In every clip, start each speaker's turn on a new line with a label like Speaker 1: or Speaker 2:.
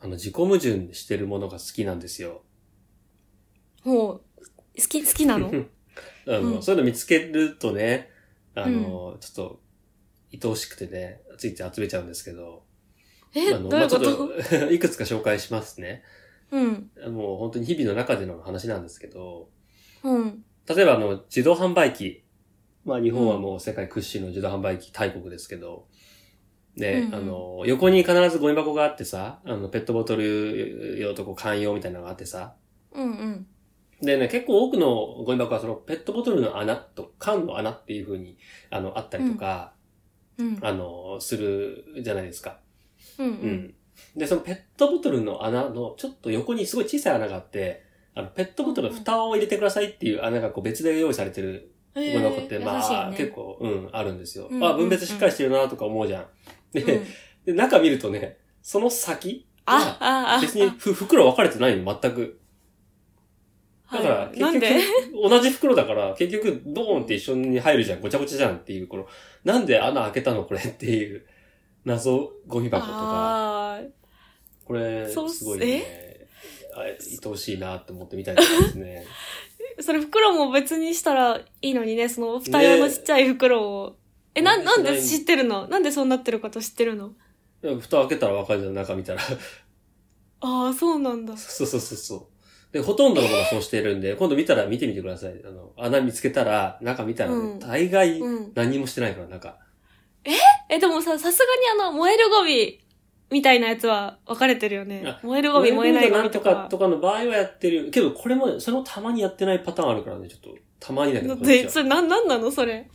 Speaker 1: あの、自己矛盾してるものが好きなんですよ。
Speaker 2: ほう。好き、好き なの
Speaker 1: あの、
Speaker 2: うん
Speaker 1: そういうの見つけるとね、あの、ちょっと、愛おしくてね、ついつい集めちゃうんですけど、
Speaker 2: え、
Speaker 1: あの、
Speaker 2: どういうこ
Speaker 1: まあちょ
Speaker 2: と
Speaker 1: っと いくつか紹介しますね。
Speaker 2: うん。
Speaker 1: もう本当に日々の中での話なんですけど、
Speaker 2: うん。
Speaker 1: 例えばあの、自動販売機。まあ日本はもう世界屈指の自動販売機大国ですけど、ね、
Speaker 2: うんうん
Speaker 1: あの、横に必ずゴミ箱があってさ、あの、ペットボトル用とこう缶用みたいなのがあってさ、
Speaker 2: うんうん。
Speaker 1: でね、結構多くのゴミ箱はそのペットボトルの穴と缶の穴っていう風に、あの、あったりとか、
Speaker 2: うん。
Speaker 1: あの、するじゃないですか。
Speaker 2: う。
Speaker 1: うんん。で、そのペットボトルの穴のちょっと横にすごい小さい穴があって、あの、ペットボトルの蓋を入れてくださいっていう穴がこう別で用意されてる
Speaker 2: ゴ
Speaker 1: ゴミ箱って、まあ、結
Speaker 2: 構。
Speaker 1: 構、うん、あるんですよ。
Speaker 2: うんうんうん
Speaker 1: あ、分別しっかりしてるなとか思うじゃん。で、
Speaker 2: うん
Speaker 1: で中見るとね、その先
Speaker 2: あ、
Speaker 1: が、
Speaker 2: あ、あ、
Speaker 1: 別にふ袋分かれてないの、全く。
Speaker 2: あ
Speaker 1: だから、
Speaker 2: はい
Speaker 1: 結
Speaker 2: な
Speaker 1: 局
Speaker 2: んで
Speaker 1: 同じ袋だから、結局、ドーンって一緒に入るじゃん、ごちゃごちゃじゃんっていう、この、なんで穴開けたのこれっていう、謎ゴミ箱とか、
Speaker 2: あー
Speaker 1: これ、
Speaker 2: そうっす
Speaker 1: すごいね、あ愛おしいなって思ってみたいですね。
Speaker 2: それ袋も別にしたらいいのにね、その蓋用のちっちゃい袋を。え、な、
Speaker 1: な
Speaker 2: なんん
Speaker 1: でしない
Speaker 2: で知ってるのなんでそうなってるかと知ってるの
Speaker 1: 蓋開けたらわかるじゃん、中見たら。
Speaker 2: ああ、そうなんだ。
Speaker 1: そうそうそうそう。で、ほとんどのものはそうしてるんで、今度見たら見てみてください。あの、穴見つけたら、中見たらね、
Speaker 2: うん
Speaker 1: 大概
Speaker 2: うん。
Speaker 1: 何もしてないから、中。
Speaker 2: え、でもさ、さすがにあの、燃えるゴミみたいなやつは分かれてるよね
Speaker 1: あ。
Speaker 2: 燃えるゴミ、燃えないゴ
Speaker 1: な
Speaker 2: ミと
Speaker 1: んとか
Speaker 2: か。
Speaker 1: とかの場合はやってる。けど、これも、それもたまにやってないパターンあるからね、ちょっと。たまにだけど、 こっち
Speaker 2: で、
Speaker 1: は
Speaker 2: それ、なん、なんなのそれ。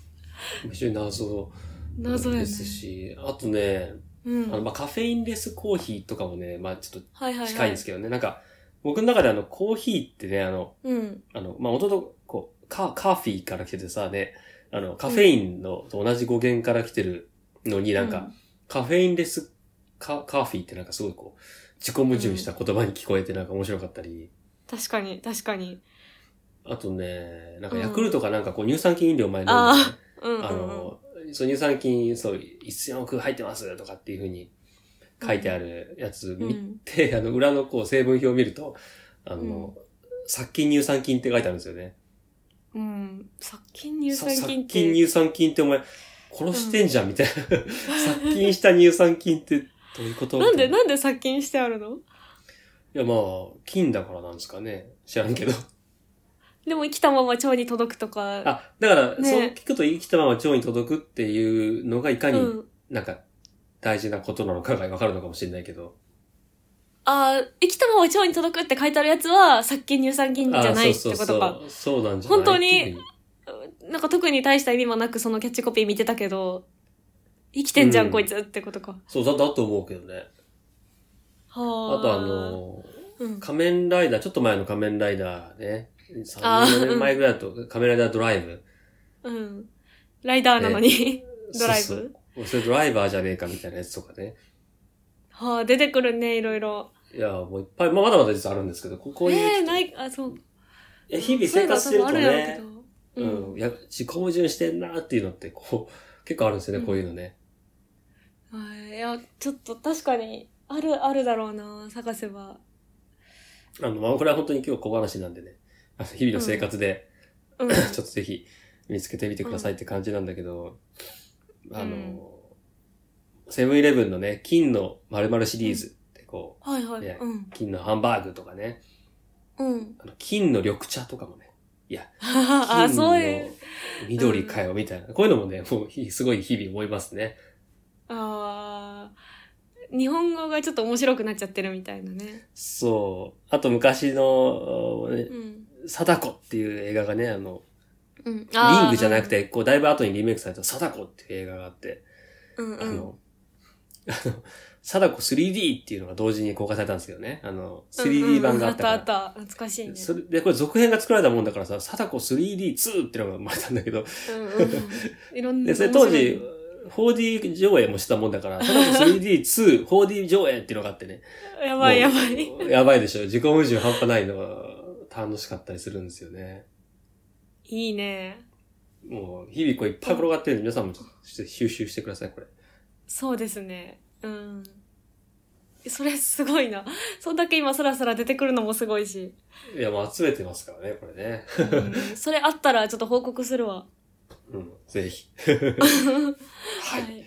Speaker 1: 非常に謎
Speaker 2: 謎や
Speaker 1: で
Speaker 2: ね。
Speaker 1: すし、あとね、あ
Speaker 2: うん。
Speaker 1: の、まあ、カフェインレスコーヒーとかもね、まあ、ちょっ
Speaker 2: はいはい、は
Speaker 1: と
Speaker 2: い。
Speaker 1: 近いんですけどね、なんか、僕の中であの、コーヒーってね、あの、
Speaker 2: うん。
Speaker 1: あの、まあ、元々、こう、カ、カーフィーから来ててさ、ね、あの、カフェインの、と同じ語源から来てるのになんか、カフェインレスカ、カーフィーってなんかすごいこう、自己矛盾した言葉に聞こえてなんか面白かったり、
Speaker 2: うん確かに、確かに。
Speaker 1: あとね、なんか
Speaker 2: うん
Speaker 1: ヤクルトかなんかこう乳酸菌飲料前飲んでね、
Speaker 2: あうん、うん。
Speaker 1: あの、そう乳酸菌、そう、1000億入ってますとかっていうふうに書いてあるやつ
Speaker 2: うん、う
Speaker 1: 見
Speaker 2: ん。
Speaker 1: て、あの、裏のこう成分表を見ると、あの、
Speaker 2: う
Speaker 1: 殺菌乳酸菌って書いてあるんですよね。
Speaker 2: うん。殺菌乳
Speaker 1: さ
Speaker 2: 酸
Speaker 1: 殺
Speaker 2: 菌
Speaker 1: 菌
Speaker 2: って。
Speaker 1: 乳酸菌ってお前、殺してんじゃんみたいな。 殺菌した乳酸菌ってどういうこと
Speaker 2: なんで、
Speaker 1: みたい
Speaker 2: なんで殺菌してあるの
Speaker 1: いやまあ、菌だからなんですかね。知らん けど。
Speaker 2: でも生きたまま腸に届くとか。
Speaker 1: あ、だから、
Speaker 2: ね
Speaker 1: そう聞くと生きたまま腸に届くっていうのがいか
Speaker 2: う
Speaker 1: に
Speaker 2: ん。
Speaker 1: なんか、大事なことなのかがわかるのかもしれないけど。
Speaker 2: あー生きたまま腸に届くって書いてあるやつは、殺菌乳酸菌じ
Speaker 1: あ
Speaker 2: ゃ
Speaker 1: ー
Speaker 2: ないって
Speaker 1: そ
Speaker 2: こ
Speaker 1: う
Speaker 2: とか。
Speaker 1: そうそう。そうなんじゃない
Speaker 2: 本当に
Speaker 1: っていうふう
Speaker 2: なんか特に大した意味もなくそのキャッチコピー見てたけど、生きてんじゃん、
Speaker 1: うん
Speaker 2: こいつってことか。
Speaker 1: そうだ、だと思うけどね。
Speaker 2: は
Speaker 1: あとあ、の
Speaker 2: うん
Speaker 1: ー、、仮面ライダー、ちょっと前の仮面ライダーね。
Speaker 2: あー
Speaker 1: 3年前ぐらいだと、仮面ライダードライブ。
Speaker 2: うん。ライダーなのに、 ドライ
Speaker 1: そう
Speaker 2: ブ
Speaker 1: そうそれドライバーじゃねえかみたいなやつとかね。
Speaker 2: はあ、出てくるね、いろいろ。
Speaker 1: いや、もういっぱい、まあ、まだまだ実はあるんですけど、ここに、
Speaker 2: えー、ない、あ、そう。
Speaker 1: え日々生活してると
Speaker 2: そういうのは多分あやろ
Speaker 1: ね
Speaker 2: う、け
Speaker 1: う
Speaker 2: ど
Speaker 1: ん、いや、自己矛盾してんなっていうのって、こう、結構あるんですよね、
Speaker 2: うん
Speaker 1: こういうのね。
Speaker 2: うん。はいいや、ちょっと確かに、ある、あるだろうな、探せば。
Speaker 1: あの、まあ、これは本当に今日小話なんでね、あの日々の生活で、
Speaker 2: う ん。
Speaker 1: ちょっとぜひ見つけてみてくださいって感じなんだけど、
Speaker 2: ん
Speaker 1: あの、セブンイレブンのね、金の〇〇シリーズってこ
Speaker 2: はいはい。
Speaker 1: ね
Speaker 2: うん
Speaker 1: う、。金のハンバーグとかね、
Speaker 2: うん。
Speaker 1: あの金の緑茶とかもね、
Speaker 2: あ、
Speaker 1: 金
Speaker 2: そ
Speaker 1: の
Speaker 2: ういう。
Speaker 1: 緑かよみたいな、こういうのもね、もうひすごい日々思いますね。
Speaker 2: ああ、日本語がちょっと面白くなっちゃってるみたいなね。
Speaker 1: そう。あと昔の、ね
Speaker 2: うん。
Speaker 1: 貞子っていう映画がね、あの、
Speaker 2: うん、リ
Speaker 1: リングじゃなく、て、こう、だいぶ後にリメイクされた貞子っていう映画があって、
Speaker 2: うん
Speaker 1: あ
Speaker 2: うん、
Speaker 1: の、 あの、貞子 3D っていうのが同時に公開されたんですけどね。あの、3D 版があったから。
Speaker 2: うんうんあったあった。懐かしいね。
Speaker 1: それで、これ続編が作られたもんだからさ、貞子 3D2 っていうのが生まれたんだけど、
Speaker 2: うんうん、いろん な。
Speaker 1: で、それ当
Speaker 2: 面
Speaker 1: 時、4D 上映もしてたもんだから、 貞子 3D2、4D 上映っていうのがあってね。
Speaker 2: 白いやばいやばい。
Speaker 1: もう。やばいでしょ。自己矛盾半端ないのが楽しかったりするんですよね。
Speaker 2: いいね。
Speaker 1: もう、日々こういっぱい転がってるんで、皆さんもちょっと収集してください、これ。
Speaker 2: そうですね。うん。それすごいな。そんだけ今スラスラ出てくるのもすごいし。
Speaker 1: いや、もう集めてますからね、これね。
Speaker 2: うんそれあったらちょっと報告するわ。
Speaker 1: うん、ぜひ。はい。
Speaker 2: い。